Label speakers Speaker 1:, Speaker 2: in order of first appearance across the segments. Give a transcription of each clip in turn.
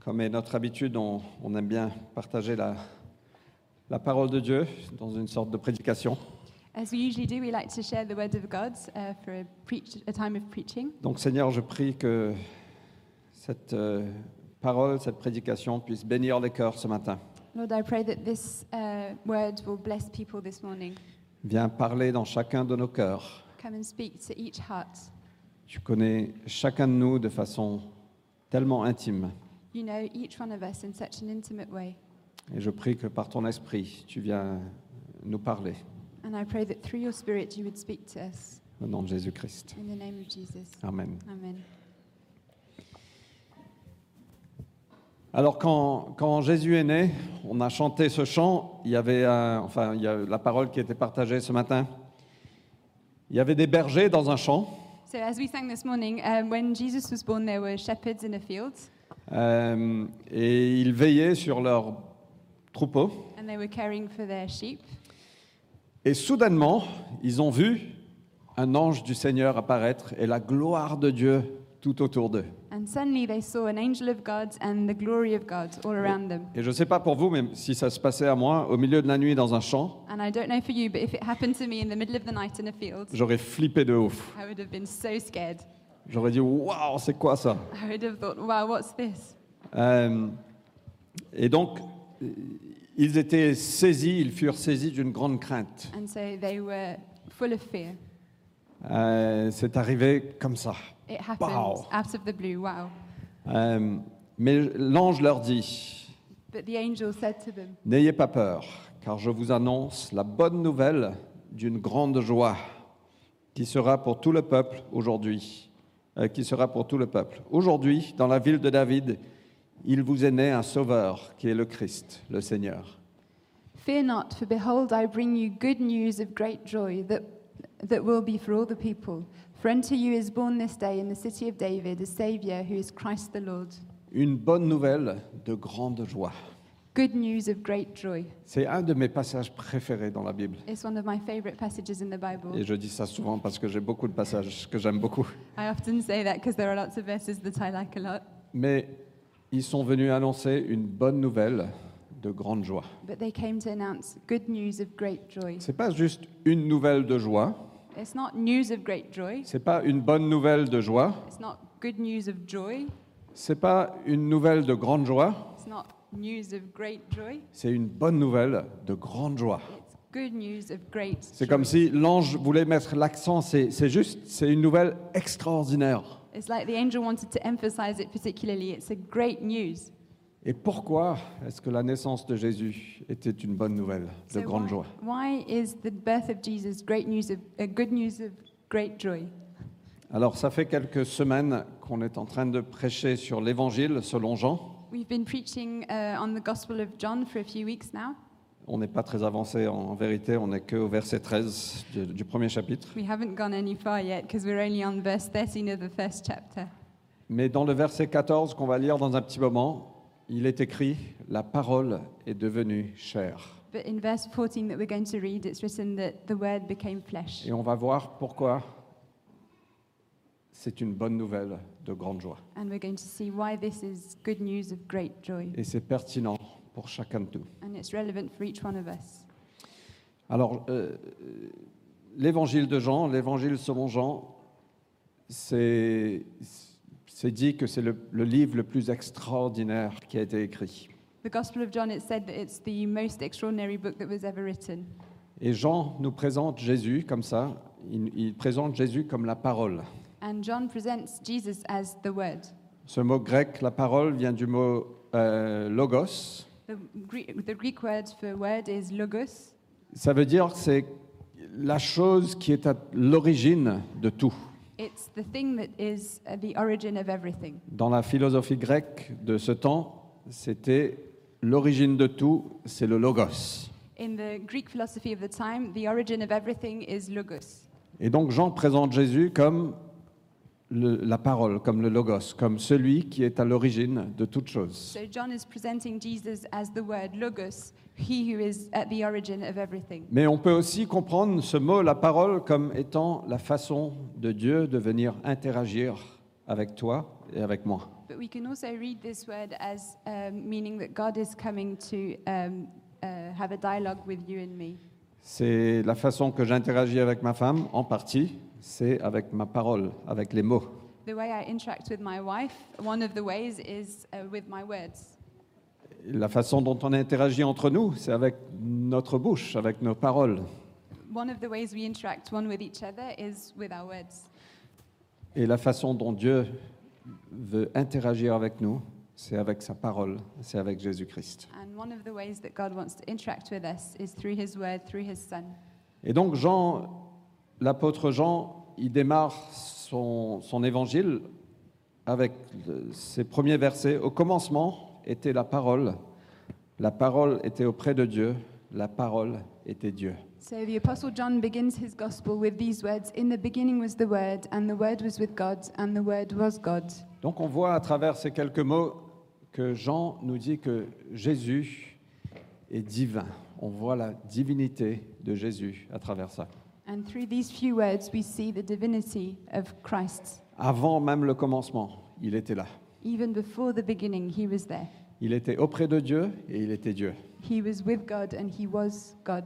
Speaker 1: Comme est notre habitude, on, on aime bien partager la, la parole de Dieu dans une sorte de prédication.
Speaker 2: As we usually do, we like to share the word of God uh, for a, preach, a time of preaching.
Speaker 1: Donc Seigneur, je prie que cette euh, parole, cette prédication puisse bénir les cœurs ce matin.
Speaker 2: Lord, I pray that this uh, word will bless people this morning.
Speaker 1: Viens parler dans chacun de nos cœurs.
Speaker 2: Come and speak to each heart.
Speaker 1: Tu connais chacun de nous de façon tellement intime.
Speaker 2: You know each one of us in such an intimate way.
Speaker 1: Et je prie que par ton esprit, tu viens nous parler.
Speaker 2: And I pray that through your spirit you would speak to us.
Speaker 1: Au nom de Jésus-Christ.
Speaker 2: In the name of Jesus.
Speaker 1: Amen.
Speaker 2: Amen.
Speaker 1: Alors quand, quand Jésus est né, on a chanté ce chant, il y avait un- enfin il y a la parole qui était partagée ce matin. Il y avait des bergers dans un champ,
Speaker 2: So, as we sang this morning, um, when Jesus was born, there were shepherds in a field,
Speaker 1: euh, et ils veillaient sur leur troupeau.
Speaker 2: and they were caring for their sheep.
Speaker 1: Et soudainement, ils ont vu un ange du Seigneur apparaître et la gloire de Dieu tout autour d'eux.
Speaker 2: And suddenly they saw an angel of God and the glory of God all around them.
Speaker 1: Et je ne sais pas pour vous, mais si ça se passait à moi, au milieu de la nuit dans un champ,
Speaker 2: And I don't know for you, but if it happened to me in the middle of the night in a field,
Speaker 1: j'aurais flippé de ouf.
Speaker 2: I would have been so scared.
Speaker 1: J'aurais dit, waouh, c'est quoi ça
Speaker 2: I would have thought, wow, what's this?
Speaker 1: Euh, Et donc, euh, ils étaient saisis, ils furent saisis d'une grande crainte.
Speaker 2: And so they were full of fear.
Speaker 1: Euh, c'est arrivé comme ça.
Speaker 2: It happened
Speaker 1: Wow.
Speaker 2: out of the blue, wow.
Speaker 1: Euh, mais l'ange leur dit,
Speaker 2: But the angel said to them,
Speaker 1: N'ayez pas peur, car je vous annonce la bonne nouvelle d'une grande joie qui sera pour tout le peuple aujourd'hui. euh, qui sera pour tout le peuple. Aujourd'hui, dans la ville de David, il vous est né un sauveur qui est le Christ, le Seigneur.
Speaker 2: Fear not, for behold, I bring you good news of great joy that, that will be for all the people. For unto you is born this day in the city of David a Saviour who is Christ the Lord.
Speaker 1: Une bonne nouvelle de grande joie.
Speaker 2: Good news of great joy.
Speaker 1: C'est un de mes passages préférés dans la Bible.
Speaker 2: It's one of my favourite passages in the Bible.
Speaker 1: Et je dis ça souvent parce que j'ai beaucoup de passages que j'aime beaucoup.
Speaker 2: I often say that because there are lots of verses that I like a lot.
Speaker 1: Mais ils sont venus annoncer une bonne nouvelle de grande joie.
Speaker 2: But they came to announce good news of great joy.
Speaker 1: C'est pas juste une nouvelle de joie,
Speaker 2: It's not news of great joy.
Speaker 1: C'est pas une bonne nouvelle de joie,
Speaker 2: It's not good news of joy.
Speaker 1: c'est pas une nouvelle de grande joie,
Speaker 2: It's not news of great joy.
Speaker 1: c'est une bonne nouvelle de grande joie.
Speaker 2: It's good news of great
Speaker 1: C'est
Speaker 2: joy.
Speaker 1: comme si l'ange voulait mettre l'accent, c'est c'est juste, c'est une nouvelle extraordinaire.
Speaker 2: It's like the angel wanted to emphasize it particularly. It's a great news.
Speaker 1: Et pourquoi est-ce que la naissance de Jésus était une bonne nouvelle de
Speaker 2: So
Speaker 1: grande
Speaker 2: why,
Speaker 1: joie
Speaker 2: Why is the birth of Jesus great news of uh, good news of great joy?
Speaker 1: Alors ça fait quelques semaines qu'on est en train de prêcher sur l'évangile selon Jean.
Speaker 2: We've been preaching uh, on the Gospel of John for a few weeks now.
Speaker 1: On n'est pas très avancé en vérité, on n'est qu'au verset 13 du- du premier chapitre.
Speaker 2: We haven't gone any far yet because we're only on verse 13 of the first chapter.
Speaker 1: Mais dans le verset 14 qu'on va lire dans un petit moment, il est écrit La parole est devenue chair.
Speaker 2: But in verse 14 that we're going to read, it's written that the Word became flesh.
Speaker 1: Et on va voir pourquoi c'est une bonne nouvelle de grande joie.
Speaker 2: And we're going to see why this is good news of great joy.
Speaker 1: Et c'est pertinent pour chacun de nous.
Speaker 2: And it's relevant for each one of us.
Speaker 1: Alors, euh, euh, l'évangile de Jean, l'évangile selon Jean, c'est c'est dit que c'est le, le livre le plus extraordinaire qui a été écrit.
Speaker 2: The Gospel of John, it's said that it's the most extraordinary book that was ever written.
Speaker 1: Et Jean nous présente Jésus comme ça, il- il présente Jésus comme la parole.
Speaker 2: And John presents Jesus as the Word.
Speaker 1: Ce mot grec, la parole, vient du mot euh, logos.
Speaker 2: The Greek, the Greek word for word is logos.
Speaker 1: Ça veut dire que c'est la chose qui est à l'origine de tout.
Speaker 2: It's the thing that is uh, the origin of everything.
Speaker 1: Dans la philosophie grecque de ce temps, c'était l'origine de tout, c'est le logos.
Speaker 2: In the Greek philosophy of the time, the origin of everything is logos.
Speaker 1: Et donc Jean présente Jésus comme le- la parole, comme le logos, comme celui qui est à l'origine de toute chose.
Speaker 2: So John is presenting Jesus as the word logos, he who is at the origin of everything.
Speaker 1: Mais on peut aussi comprendre ce mot, la parole, comme étant la façon de Dieu de venir interagir avec toi et avec moi.
Speaker 2: But we can also read this word as um, meaning that God is coming to um, uh, have a dialogue with you and me.
Speaker 1: C'est la façon que j'interagis avec ma femme, en partie, c'est avec ma parole, avec les mots.
Speaker 2: The way I interact with my wife, one of the ways is uh, with my words.
Speaker 1: La façon dont on interagit entre nous, c'est avec notre bouche, avec nos paroles.
Speaker 2: One of the ways we interact one with each other is with our words.
Speaker 1: Et la façon dont Dieu veut interagir avec nous, c'est avec sa parole, c'est avec Jésus-Christ.
Speaker 2: And one of the ways that God wants to interact with us is through his word, through his son.
Speaker 1: Et donc Jean, l'apôtre Jean, il démarre son, son évangile avec le- ses premiers versets. Au commencement était la parole, la parole était auprès de Dieu, la parole était Dieu.
Speaker 2: So the Apostle John begins his gospel with these words In the beginning was the Word, and the Word was with God, and the Word was God.
Speaker 1: Donc on voit à travers ces quelques mots que Jean nous dit que Jésus est divin. On voit la divinité de Jésus à travers ça.
Speaker 2: And through these few words, we see the divinity of Christ.
Speaker 1: Avant même le commencement, il était là.
Speaker 2: Even before the beginning, he was there.
Speaker 1: Il était auprès de Dieu et il était Dieu.
Speaker 2: He was with God, and he was God.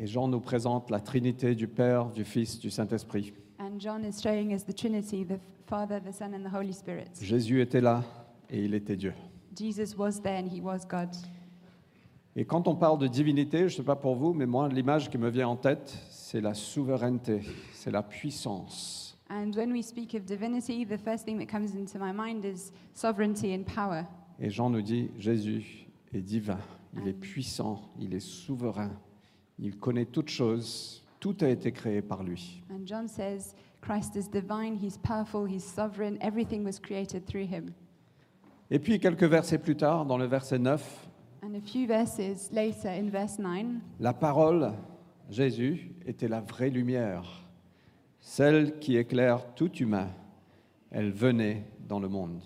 Speaker 1: Et Jean nous présente la Trinité du Père, du Fils, du Saint-Esprit.
Speaker 2: And John is showing us the Trinity the Father, the Son, and the Holy Spirit.
Speaker 1: Jésus était là et il était Dieu.
Speaker 2: Jesus was there, and he was God.
Speaker 1: Et quand on parle de divinité, je ne sais pas pour vous, mais moi, l'image qui me vient en tête, c'est la souveraineté, c'est la puissance.
Speaker 2: And when we speak of divinity, the first thing that comes into my mind is sovereignty and power.
Speaker 1: Et Jean nous dit, Jésus est divin, il est puissant, il est souverain, il connaît toutes choses, tout a été créé par lui.
Speaker 2: And John says, Christ is divine, he's powerful, he's sovereign, everything was created through him.
Speaker 1: Et puis quelques versets plus tard, dans le verset 9,
Speaker 2: And a few verses later, in verse 9,
Speaker 1: La parole, Jésus, était la vraie lumière, celle qui éclaire tout humain. Elle venait dans le monde.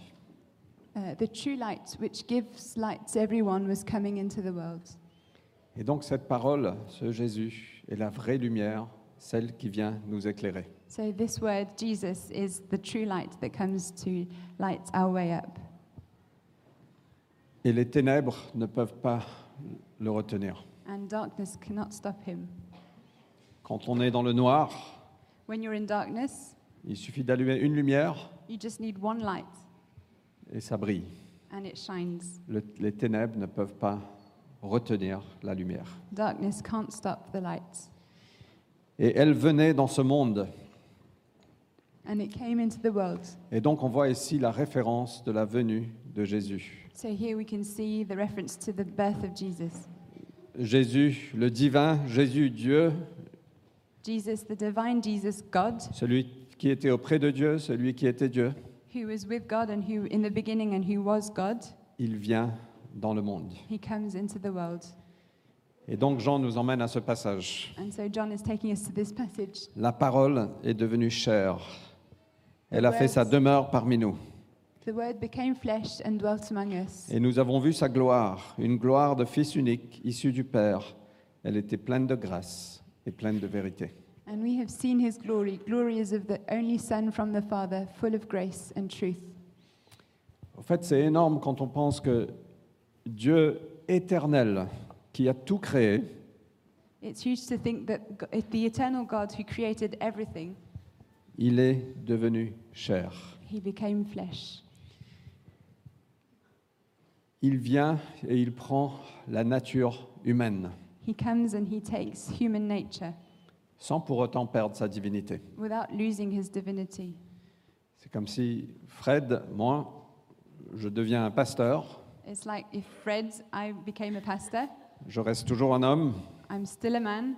Speaker 2: uh, the true light which gives light to everyone was coming into the world.
Speaker 1: Et donc cette parole, ce Jésus, est la vraie lumière, celle qui vient nous éclairer.
Speaker 2: So, this word, Jesus, is the true light that comes to light our way up.
Speaker 1: Et les ténèbres ne peuvent pas le retenir.
Speaker 2: And darkness cannot stop him.
Speaker 1: Quand on est dans le noir,
Speaker 2: When you're in darkness,
Speaker 1: il suffit d'allumer une lumière
Speaker 2: you just need one light
Speaker 1: et ça brille.
Speaker 2: and it shines.
Speaker 1: Le- les ténèbres ne peuvent pas retenir la lumière.
Speaker 2: Darkness can't stop the light.
Speaker 1: Et elle venait dans ce monde.
Speaker 2: And it came into the world.
Speaker 1: Et donc on voit ici la référence de la venue de Jésus.
Speaker 2: So here we can see the reference to the birth of Jesus.
Speaker 1: Jésus, le divin, Jésus Dieu,
Speaker 2: Jesus, the divine Jesus, God,
Speaker 1: celui qui était auprès de Dieu, celui qui était Dieu,
Speaker 2: who was with God and who in the beginning and who was God,
Speaker 1: il vient dans le monde.
Speaker 2: he comes into the world.
Speaker 1: Et donc Jean nous emmène à ce passage.
Speaker 2: And so John is taking us to this passage.
Speaker 1: La parole est devenue chair. Elle a fait sa demeure parmi nous.
Speaker 2: The word became flesh and dwelt among us.
Speaker 1: Et nous avons vu sa gloire, une gloire de Fils unique, issu du Père. Elle était pleine de grâce et pleine de vérité.
Speaker 2: And we have seen his glory. Glory is of the only Son from the Father, full of grace and truth.
Speaker 1: En fait, c'est énorme quand on pense que Dieu éternel, qui a tout créé,
Speaker 2: It's huge to think that G- if the eternal God who created everything,
Speaker 1: il est devenu chair.
Speaker 2: he became flesh.
Speaker 1: Il vient et il prend la nature humaine,
Speaker 2: He comes and he takes human nature
Speaker 1: sans pour autant perdre sa divinité.
Speaker 2: without losing his divinity.
Speaker 1: C'est comme si Fred, moi, je deviens un pasteur,
Speaker 2: It's like if Fred, I became a pastor,
Speaker 1: je reste toujours un homme
Speaker 2: I'm still a man,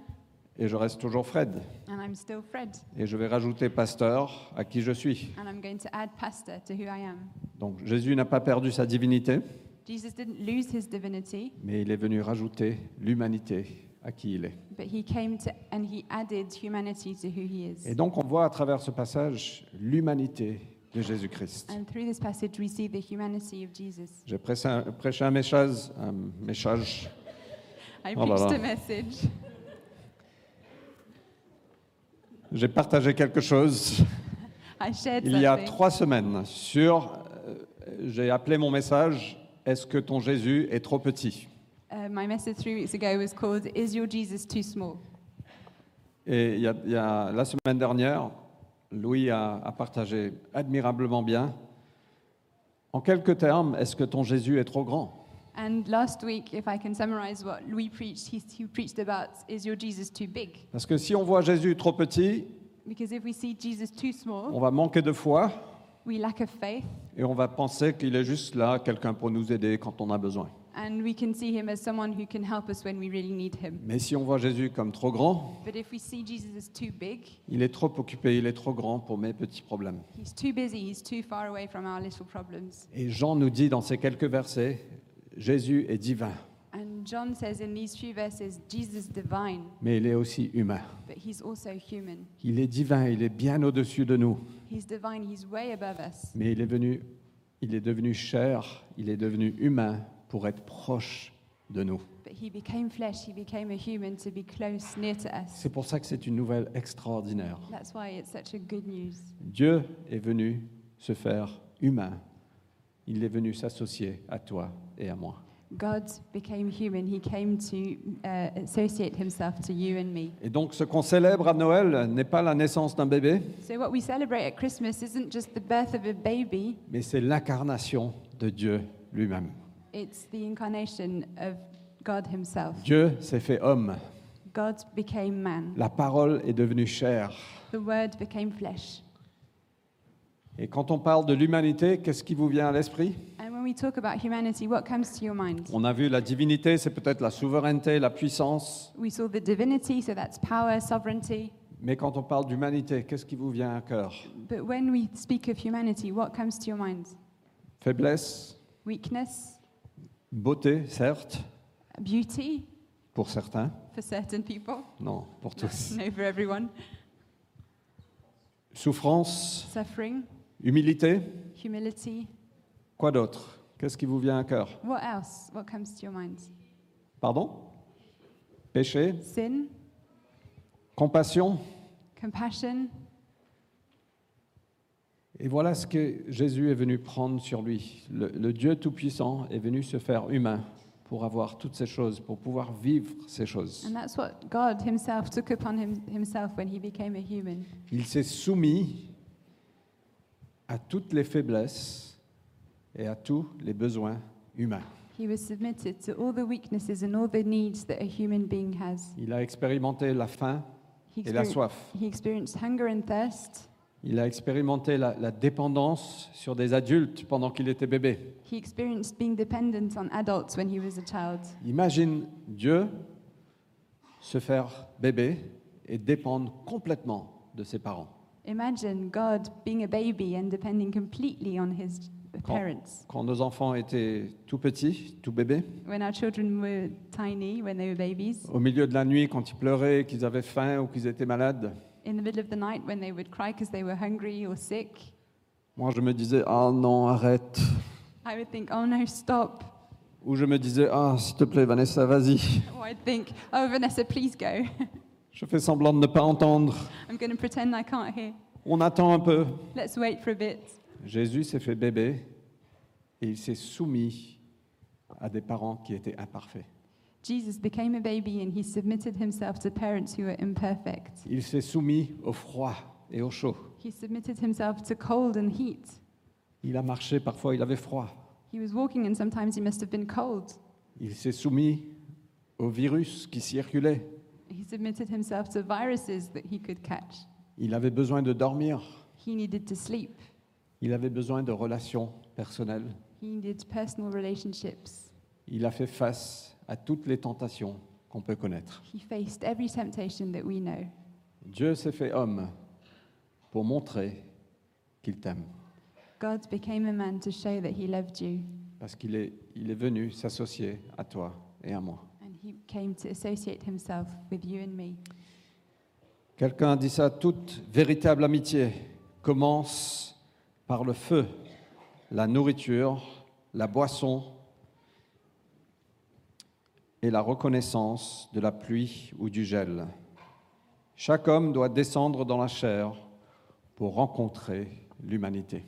Speaker 1: et je reste toujours Fred.
Speaker 2: and I'm still Fred,
Speaker 1: Et je vais rajouter pasteur à qui je suis.
Speaker 2: and I'm going to add pastor to who I am.
Speaker 1: Donc Jésus n'a pas perdu sa divinité,
Speaker 2: Jesus didn't lose his divinity,
Speaker 1: mais il est venu rajouter l'humanité à qui il est.
Speaker 2: but he came to and he added humanity to who he is.
Speaker 1: Et donc on voit à travers ce passage l'humanité de Jésus-Christ.
Speaker 2: And through this passage, we see the humanity of Jesus.
Speaker 1: J'ai pressé un- prêché un message, un message
Speaker 2: I
Speaker 1: Oh là
Speaker 2: preached
Speaker 1: là.
Speaker 2: a message.
Speaker 1: J'ai partagé quelque chose
Speaker 2: I shared
Speaker 1: Il y a
Speaker 2: something.
Speaker 1: trois semaines, sur, euh, j'ai appelé mon message Est-ce que ton Jésus est trop petit
Speaker 2: Uh, my message three weeks ago was called "Is Your Jesus Too Small?"
Speaker 1: Et il y a- il y a- la semaine dernière, Louis a, a partagé admirablement bien. En quelques termes, est-ce que ton Jésus est trop grand
Speaker 2: And last week, if I can summarize what Louis preached, he, he preached about "Is Your Jesus Too Big?"
Speaker 1: Parce que si on voit Jésus trop petit,
Speaker 2: Because if we see Jesus too small,
Speaker 1: on va manquer de foi
Speaker 2: we lack of faith,
Speaker 1: et on va penser qu'il est juste là, quelqu'un pour nous aider quand on a besoin.
Speaker 2: and we can see him as someone who can help us when we really need him.
Speaker 1: Mais si on voit Jésus comme trop grand,
Speaker 2: But if we see Jesus as too big,
Speaker 1: il est trop occupé, il est trop grand pour mes petits problèmes.
Speaker 2: he's too busy, he's too far away from our little problems.
Speaker 1: Et Jean nous dit dans ces quelques versets, Jésus est divin,
Speaker 2: And John says in these few verses, Jesus is divine,
Speaker 1: mais il est aussi humain.
Speaker 2: but he's also human.
Speaker 1: Il est divin, il est bien au-dessus de nous,
Speaker 2: He's divine, he's way above us.
Speaker 1: mais il est venu, il est devenu chair, il est devenu humain pour être proche de nous.
Speaker 2: But he became flesh, he became a human to be close, near to us.
Speaker 1: C'est pour ça que c'est une nouvelle extraordinaire.
Speaker 2: That's why it's such a good news.
Speaker 1: Dieu est venu se faire humain. Il est venu s'associer à toi et à moi.
Speaker 2: God became human, he came to uh, associate himself to you and me.
Speaker 1: Et donc ce qu'on célèbre à Noël n'est pas la naissance d'un bébé,
Speaker 2: So, what we celebrate at Christmas isn't just the birth of a baby,
Speaker 1: mais c'est l'incarnation de Dieu lui-même.
Speaker 2: it's the incarnation of God Himself.
Speaker 1: Dieu s'est fait homme.
Speaker 2: God became man,
Speaker 1: La parole est devenue chair.
Speaker 2: the Word became flesh.
Speaker 1: Et quand on parle de l'humanité, qu'est-ce qui vous vient à l'esprit
Speaker 2: And when we talk about humanity, what comes to your mind?
Speaker 1: On a vu la divinité, c'est peut-être la souveraineté, la puissance.
Speaker 2: We saw the divinity, so that's power, sovereignty.
Speaker 1: Mais quand on parle d'humanité, qu'est-ce qui vous vient à cœur
Speaker 2: But when we speak of humanity, what comes to your mind?
Speaker 1: Faiblesse,
Speaker 2: Weakness,
Speaker 1: beauté, certes,
Speaker 2: beauty
Speaker 1: pour certains,
Speaker 2: for certain people,
Speaker 1: non, pour tous.
Speaker 2: no for everyone,
Speaker 1: Souffrance,
Speaker 2: suffering,
Speaker 1: humilité,
Speaker 2: humility.
Speaker 1: quoi d'autre Qu'est-ce qui vous vient à cœur
Speaker 2: What else? What comes to your mind?
Speaker 1: Pardon Péché,
Speaker 2: Sin,
Speaker 1: compassion.
Speaker 2: compassion,
Speaker 1: Et voilà ce que Jésus est venu prendre sur lui. Le, le Dieu Tout-Puissant est venu se faire humain pour avoir toutes ces choses, pour pouvoir vivre ces choses.
Speaker 2: And that's what God Himself took upon him, Himself when He became a human.
Speaker 1: Il s'est soumis à toutes les faiblesses et à tous les besoins humains.
Speaker 2: He was submitted to all the weaknesses and all the needs that a human being has.
Speaker 1: Il a expérimenté la faim
Speaker 2: He
Speaker 1: et la
Speaker 2: experienced,
Speaker 1: soif.
Speaker 2: he experienced hunger and thirst.
Speaker 1: Il a expérimenté la, la dépendance sur des adultes pendant qu'il était bébé.
Speaker 2: He experienced being dependent on adults when he was a child.
Speaker 1: Imagine Dieu se faire bébé et dépendre complètement de ses parents.
Speaker 2: Imagine God being a baby and depending completely on His parents.
Speaker 1: Quand nos enfants étaient tout petits, tout bébés,
Speaker 2: When our children were tiny, when they were babies,
Speaker 1: au milieu de la nuit, quand ils pleuraient, qu'ils avaient faim ou qu'ils étaient malades,
Speaker 2: in the middle of the night when they would cry because they were hungry or sick,
Speaker 1: moi je me disais Ah non, arrête.
Speaker 2: I would think, oh no, stop,
Speaker 1: Ou je me disais Ah, s'il te plaît, Vanessa, vas-y.
Speaker 2: Oh, I'd think, oh, Vanessa, please go.
Speaker 1: Je fais semblant de ne pas entendre.
Speaker 2: I'm going to pretend I can't hear.
Speaker 1: On attend un peu.
Speaker 2: Let's wait for a bit.
Speaker 1: Jésus s'est fait bébé et il s'est soumis à des parents qui étaient imparfaits.
Speaker 2: Jesus became a baby and he submitted himself to parents who were imperfect.
Speaker 1: Il s'est soumis au froid et au chaud.
Speaker 2: He submitted himself to cold and heat.
Speaker 1: Il a marché, parfois il avait froid.
Speaker 2: He was walking and sometimes he must have been cold.
Speaker 1: Il s'est soumis au virus qui circulait.
Speaker 2: He submitted himself to viruses that he could catch.
Speaker 1: Il avait besoin de dormir.
Speaker 2: He needed to sleep.
Speaker 1: Il avait besoin de relations personnelles.
Speaker 2: He needed personal relationships.
Speaker 1: Il a fait face à toutes les tentations qu'on peut connaître.
Speaker 2: He faced every temptation that we know.
Speaker 1: Dieu s'est fait homme pour montrer qu'il t'aime,
Speaker 2: God became a man to show that he loved you,
Speaker 1: parce qu'il est, il est venu s'associer à toi et à moi.
Speaker 2: and he came to associate himself with you and me.
Speaker 1: Quelqu'un a dit ça, toute véritable amitié commence par le feu, la nourriture, la boisson et la reconnaissance de la pluie ou du gel. Chaque homme doit descendre dans la chair pour rencontrer l'humanité.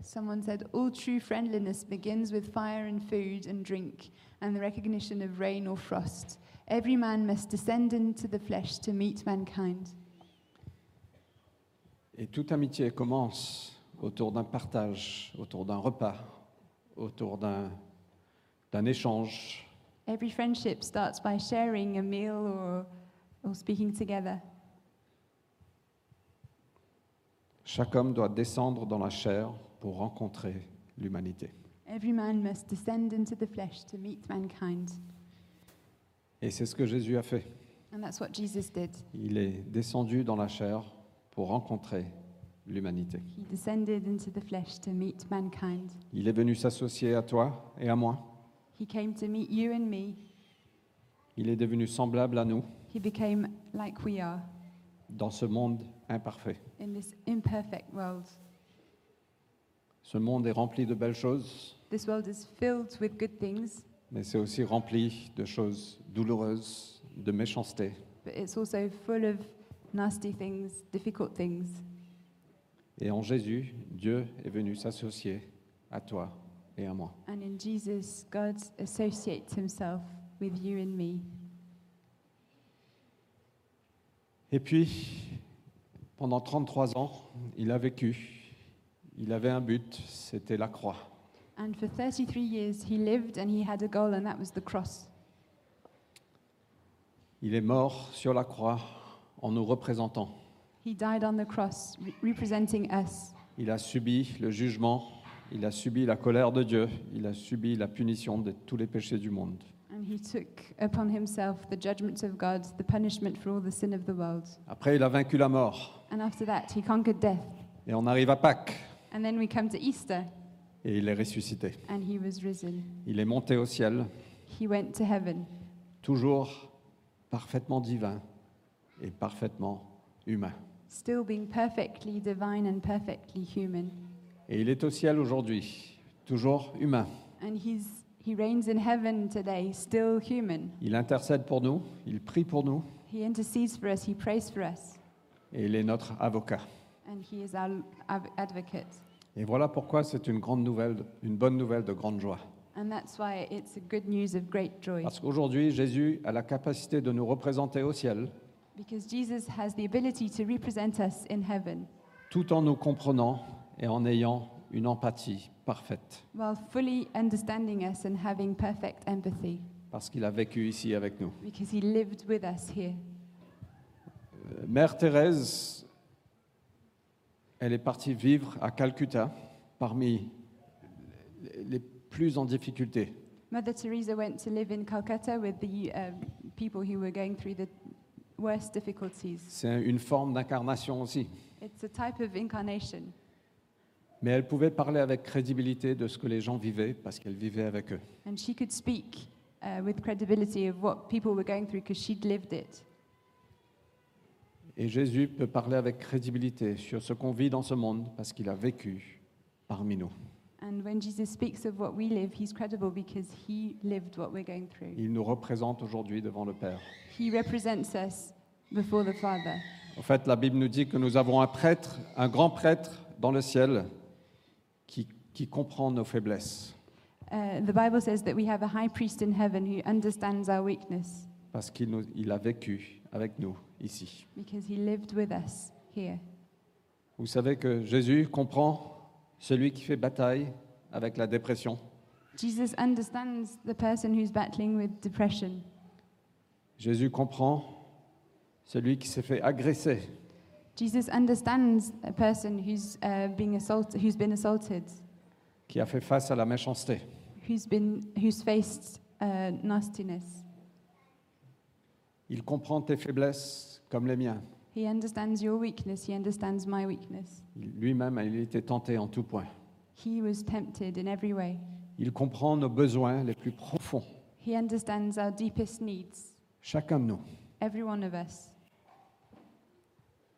Speaker 2: Someone said, All true friendliness begins with fire and food and drink and the recognition of rain or frost. Every man must descend into the flesh to meet mankind.
Speaker 1: Et toute amitié commence autour d'un partage, autour d'un repas, autour d'un d'un échange.
Speaker 2: Every friendship starts by sharing a meal or, or speaking together.
Speaker 1: Chaque homme doit descendre dans la chair pour rencontrer l'humanité.
Speaker 2: Every man must descend into the flesh to meet mankind.
Speaker 1: Et c'est ce que Jésus a fait.
Speaker 2: And that's what Jesus did.
Speaker 1: Il est descendu dans la chair pour rencontrer l'humanité.
Speaker 2: He descended into the flesh to meet mankind.
Speaker 1: Il est venu s'associer à toi et à moi.
Speaker 2: He came to meet you and me.
Speaker 1: Il est devenu semblable à nous
Speaker 2: He became like we are
Speaker 1: dans ce monde imparfait.
Speaker 2: in this imperfect world.
Speaker 1: Ce monde est rempli de belles choses,
Speaker 2: This world is filled with good things,
Speaker 1: mais c'est aussi rempli de choses douloureuses, de méchanceté.
Speaker 2: but it's also full of nasty things, difficult things.
Speaker 1: Et en Jésus, Dieu est venu s'associer à toi et à moi.
Speaker 2: And in Jesus, God associates himself with you and me.
Speaker 1: Et puis, pendant 33 ans, il a vécu. Il avait un but, c'était la croix.
Speaker 2: And for 33 years, he lived and he had a goal, and that was the cross.
Speaker 1: Il est mort sur la croix en nous représentant.
Speaker 2: He died on the cross, re- representing us.
Speaker 1: Il a subi le jugement, il a subi la colère de Dieu, il a subi la punition de tous les péchés du monde.
Speaker 2: And he took upon himself the judgment of God, the punishment for all the sin of the world.
Speaker 1: Après, il a vaincu la mort.
Speaker 2: And after that, he conquered death.
Speaker 1: Et on arrive à Pâques.
Speaker 2: And then we come to Easter,
Speaker 1: Et il est ressuscité.
Speaker 2: and he was risen.
Speaker 1: Il est monté au ciel,
Speaker 2: He went to heaven,
Speaker 1: toujours parfaitement divin et parfaitement humain.
Speaker 2: still being perfectly divine and perfectly human.
Speaker 1: Et il est au ciel aujourd'hui, toujours humain.
Speaker 2: And he's, he reigns in heaven today, still human.
Speaker 1: Il intercède pour nous, il prie pour nous,
Speaker 2: He intercedes for us, he prays for us,
Speaker 1: et il est notre avocat.
Speaker 2: and he is our av- advocate.
Speaker 1: Et voilà pourquoi c'est une grande nouvelle, une bonne nouvelle de grande joie.
Speaker 2: And that's why it's a good news of great joy.
Speaker 1: Parce qu'aujourd'hui, Jésus a la capacité de nous représenter au ciel,
Speaker 2: Because Jesus has the ability to represent us in heaven
Speaker 1: tout en nous comprenant et en ayant une empathie parfaite,
Speaker 2: while fully understanding us and having perfect empathy.
Speaker 1: parce qu'il a vécu ici avec nous.
Speaker 2: Because he lived with us here.
Speaker 1: Euh, Mère Thérèse, elle est partie vivre à Calcutta, parmi les plus en difficulté.
Speaker 2: Mother Teresa went to live in Calcutta with the um, people who were going through the worst difficulties.
Speaker 1: C'est une forme d'incarnation aussi.
Speaker 2: It's a type of incarnation.
Speaker 1: Mais elle pouvait parler avec crédibilité de ce que les gens vivaient parce qu'elle vivait avec eux.
Speaker 2: And she could speak uh, with credibility of what people were going through because she'd lived it.
Speaker 1: Et Jésus peut parler avec crédibilité sur ce qu'on vit dans ce monde parce qu'il a vécu parmi nous.
Speaker 2: And when Jesus speaks of what we live, he's credible because he lived what we're going through.
Speaker 1: Il nous représente aujourd'hui devant le Père.
Speaker 2: He represents us before the Father.
Speaker 1: En fait, la Bible nous dit que nous avons un prêtre, un grand prêtre dans le ciel qui, qui comprend nos faiblesses
Speaker 2: Uh, the Bible says that we have a high priest in heaven who understands our weakness
Speaker 1: parce qu'il nous- il a vécu avec nous ici.
Speaker 2: because he lived with us here.
Speaker 1: Vous savez que Jésus comprend celui qui fait bataille avec la dépression.
Speaker 2: Jesus understands the person who's battling with depression.
Speaker 1: Jésus comprend celui qui s'est fait agresser
Speaker 2: Jesus understands a person who's uh, being assaulted, who's been assaulted,
Speaker 1: qui a fait face à la méchanceté.
Speaker 2: who's been, who's faced uh, nastiness.
Speaker 1: Il comprend tes faiblesses comme les miens.
Speaker 2: He understands your weakness. He understands my weakness.
Speaker 1: Il- Lui-même, il était tenté en tout point.
Speaker 2: He was tempted in every way.
Speaker 1: Il comprend nos besoins les plus profonds,
Speaker 2: He understands our deepest needs,
Speaker 1: chacun de nous.
Speaker 2: every one of us.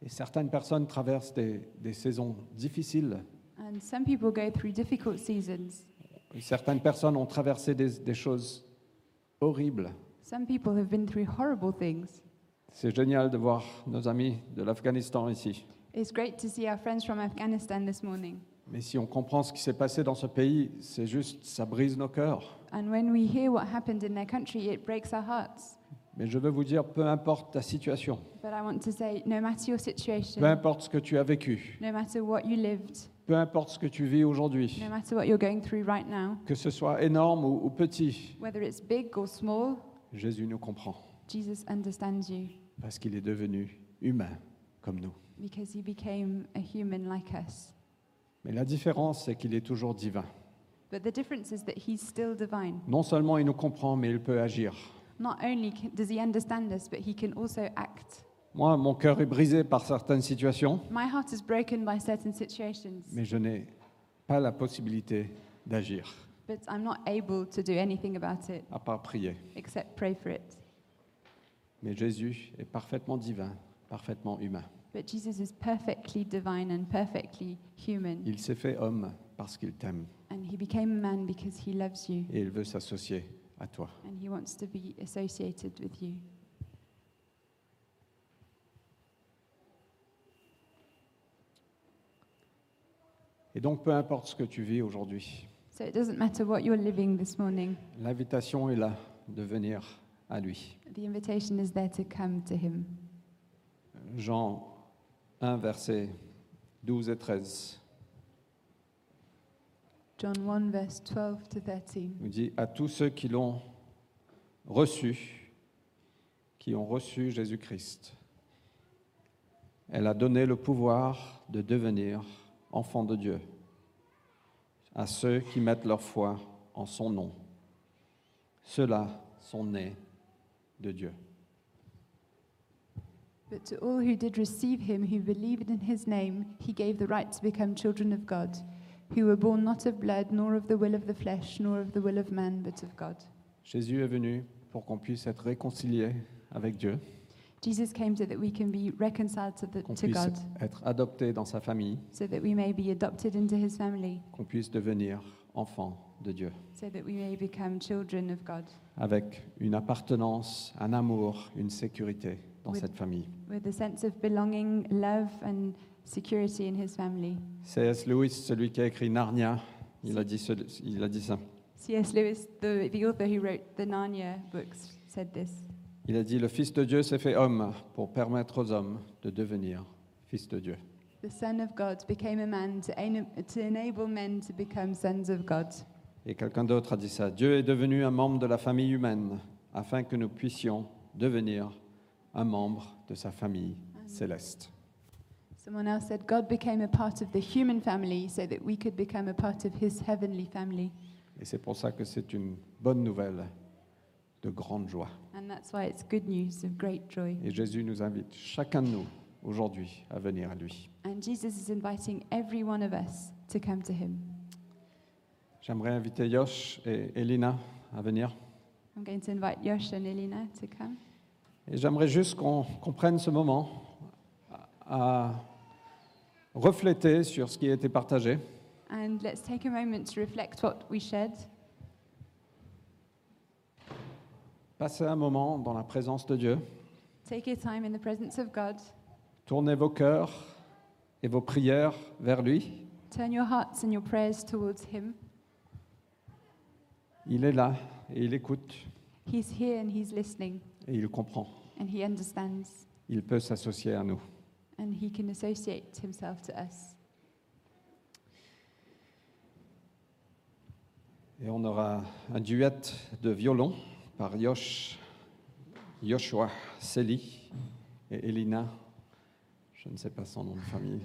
Speaker 1: Et certaines personnes traversent des, des saisons difficiles.
Speaker 2: And some people go through difficult seasons.
Speaker 1: Et certaines personnes ont traversé des, des choses horribles.
Speaker 2: Some people have been through horrible things.
Speaker 1: C'est génial de voir nos amis de l'Afghanistan ici.
Speaker 2: It's great to see our friends from Afghanistan this morning.
Speaker 1: Mais si on comprend ce qui s'est passé dans ce pays, c'est juste, ça brise nos cœurs.
Speaker 2: And when we hear what happened in their country, it breaks our hearts.
Speaker 1: Mais je veux vous dire, peu importe ta situation,
Speaker 2: But I want to say no matter your situation,
Speaker 1: peu importe ce que tu as vécu,
Speaker 2: no matter what you lived,
Speaker 1: peu importe ce que tu vis aujourd'hui,
Speaker 2: no matter what you're going through right now,
Speaker 1: que ce soit énorme ou, ou petit,
Speaker 2: whether it's big or small,
Speaker 1: Jésus nous comprend
Speaker 2: Jesus understands you
Speaker 1: parce qu'il est devenu humain comme nous.
Speaker 2: because he became a human like us.
Speaker 1: Mais la différence, c'est qu'il est toujours divin.
Speaker 2: But the difference is that he's still divine.
Speaker 1: Non seulement il nous comprend, mais il peut agir.
Speaker 2: Not only c- does he understand us, but he can also act.
Speaker 1: Moi, mon cœur est brisé par certaines situations,
Speaker 2: My heart is broken by certain situations,
Speaker 1: mais je n'ai pas la possibilité d'agir,
Speaker 2: but I'm not able to do anything about it
Speaker 1: à part prier.
Speaker 2: except pray for it.
Speaker 1: Mais Jésus est parfaitement divin, parfaitement humain.
Speaker 2: But Jesus is perfectly divine and perfectly human,
Speaker 1: Il s'est fait homme parce qu'il t'aime
Speaker 2: and he became a man because he loves you
Speaker 1: et il veut s'associer à toi.
Speaker 2: and he wants to be associated with you.
Speaker 1: Et donc, peu importe ce que tu vis aujourd'hui,
Speaker 2: So it doesn't matter what you're living this morning,
Speaker 1: l'invitation est là de venir à lui.
Speaker 2: the invitation is there to come to him.
Speaker 1: Jean 1, versets 12 et 13,
Speaker 2: John 1, verse 12 to 13.
Speaker 1: nous dit à tous ceux qui l'ont reçu, qui ont reçu Jésus-Christ, elle a donné le pouvoir de devenir enfants de Dieu, à ceux qui mettent leur foi en son nom. Ceux-là sont nés de Dieu.
Speaker 2: But to all who did receive him, who believed in his name, he gave the right to become children of God, who were born not of blood, nor of the will of the flesh, nor of the will of man, but of God.
Speaker 1: Jésus est venu pour qu'on puisse être réconcilié avec Dieu,
Speaker 2: Jesus came so that we can be reconciled to, the,
Speaker 1: qu'on
Speaker 2: to
Speaker 1: puisse
Speaker 2: God,
Speaker 1: être adopté dans sa famille,
Speaker 2: so that we may be adopted into his family,
Speaker 1: qu'on puisse devenir enfant de Dieu,
Speaker 2: so that we may become children of God,
Speaker 1: avec une appartenance, un amour, une sécurité dans
Speaker 2: Oui.
Speaker 1: cette famille.
Speaker 2: with a sense of belonging, love, and security in his family.
Speaker 1: C.S. Lewis, celui qui a écrit Narnia, il a dit, ce- il a dit ça.
Speaker 2: C.S. Lewis, the, the author who wrote the Narnia books, said this.
Speaker 1: Il a dit, le Fils de Dieu s'est fait homme pour permettre aux hommes de devenir fils de Dieu.
Speaker 2: The Son of God became a man to, en- to enable men to become sons of God.
Speaker 1: Et quelqu'un d'autre a dit ça. Dieu est devenu un membre de la famille humaine afin que nous puissions devenir un membre de sa famille céleste.
Speaker 2: Someone else said, God became a part of the human family so that we could become a part of his heavenly family.
Speaker 1: Et c'est pour ça que c'est une bonne nouvelle de grande joie.
Speaker 2: And that's why it's good news of great joy.
Speaker 1: Et Jésus nous invite, chacun de nous, aujourd'hui, à venir à lui.
Speaker 2: And Jesus is inviting every one of us to come to him.
Speaker 1: J'aimerais inviter Yosh et Elina à venir.
Speaker 2: I'm going to invite Yosh and Elina to come.
Speaker 1: Et j'aimerais juste qu'on qu'on prenne ce moment à à refléter sur ce qui a été partagé.
Speaker 2: And let's take a moment to reflect what we shared.
Speaker 1: Passez un moment dans la présence de Dieu.
Speaker 2: Take your time in the presence of God.
Speaker 1: Tournez vos cœurs et vos prières vers lui.
Speaker 2: Turn your hearts and your prayers towards him.
Speaker 1: Il est là et il écoute
Speaker 2: He's here and he's listening
Speaker 1: et il comprend.
Speaker 2: and he understands
Speaker 1: Il peut s'associer à nous.
Speaker 2: and he can associate himself to us.
Speaker 1: Et on aura un duet de violon par Yosh, Yoshua Seli et Elina. Je ne sais pas son nom de famille.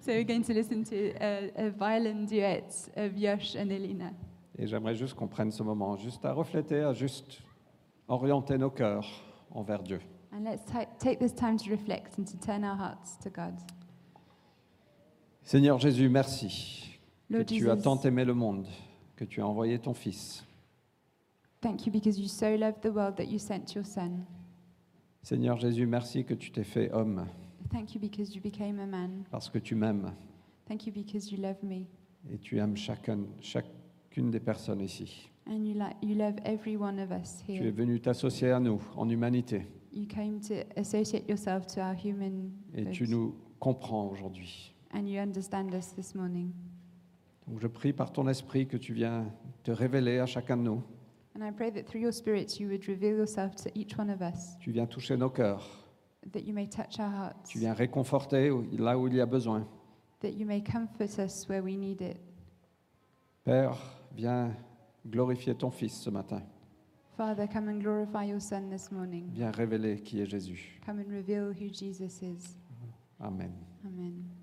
Speaker 2: So we're going to listen to a, a violin duet of Yosh and Elina.
Speaker 1: Et j'aimerais juste qu'on prenne ce moment juste à refléter, à juste orienter nos cœurs envers Dieu.
Speaker 2: And let's ti- take this time to reflect and to turn our hearts to God.
Speaker 1: Seigneur Jésus, merci que
Speaker 2: Lord
Speaker 1: tu as
Speaker 2: Jesus,
Speaker 1: tant aimé le monde, que tu as envoyé ton Fils.
Speaker 2: thank you because you so loved the world that you sent your son.
Speaker 1: Seigneur Jésus, merci que tu t'es fait homme
Speaker 2: Thank you because you became a man.
Speaker 1: parce que tu m'aimes
Speaker 2: Thank you because you love me.
Speaker 1: et tu aimes chacune, chacune des personnes ici.
Speaker 2: And you, li- you love every one of us
Speaker 1: Tu es
Speaker 2: here.
Speaker 1: venu t'associer à nous en humanité
Speaker 2: You came to associate yourself to our human
Speaker 1: et
Speaker 2: folks.
Speaker 1: tu nous comprends aujourd'hui.
Speaker 2: and you understand us this morning.
Speaker 1: Donc je prie par ton esprit que tu viens te révéler à chacun de nous.
Speaker 2: And I pray that through your Spirit you would reveal yourself to each one of us,
Speaker 1: Tu viens toucher nos cœurs.
Speaker 2: that you may touch our hearts,
Speaker 1: Tu viens réconforter où- là où il y a besoin.
Speaker 2: that you may comfort us where we need it.
Speaker 1: Père, viens glorifier ton Fils ce matin.
Speaker 2: Father, come and glorify your Son this morning.
Speaker 1: Viens révéler qui est Jésus.
Speaker 2: Come and reveal who Jesus is.
Speaker 1: Amen.
Speaker 2: Amen.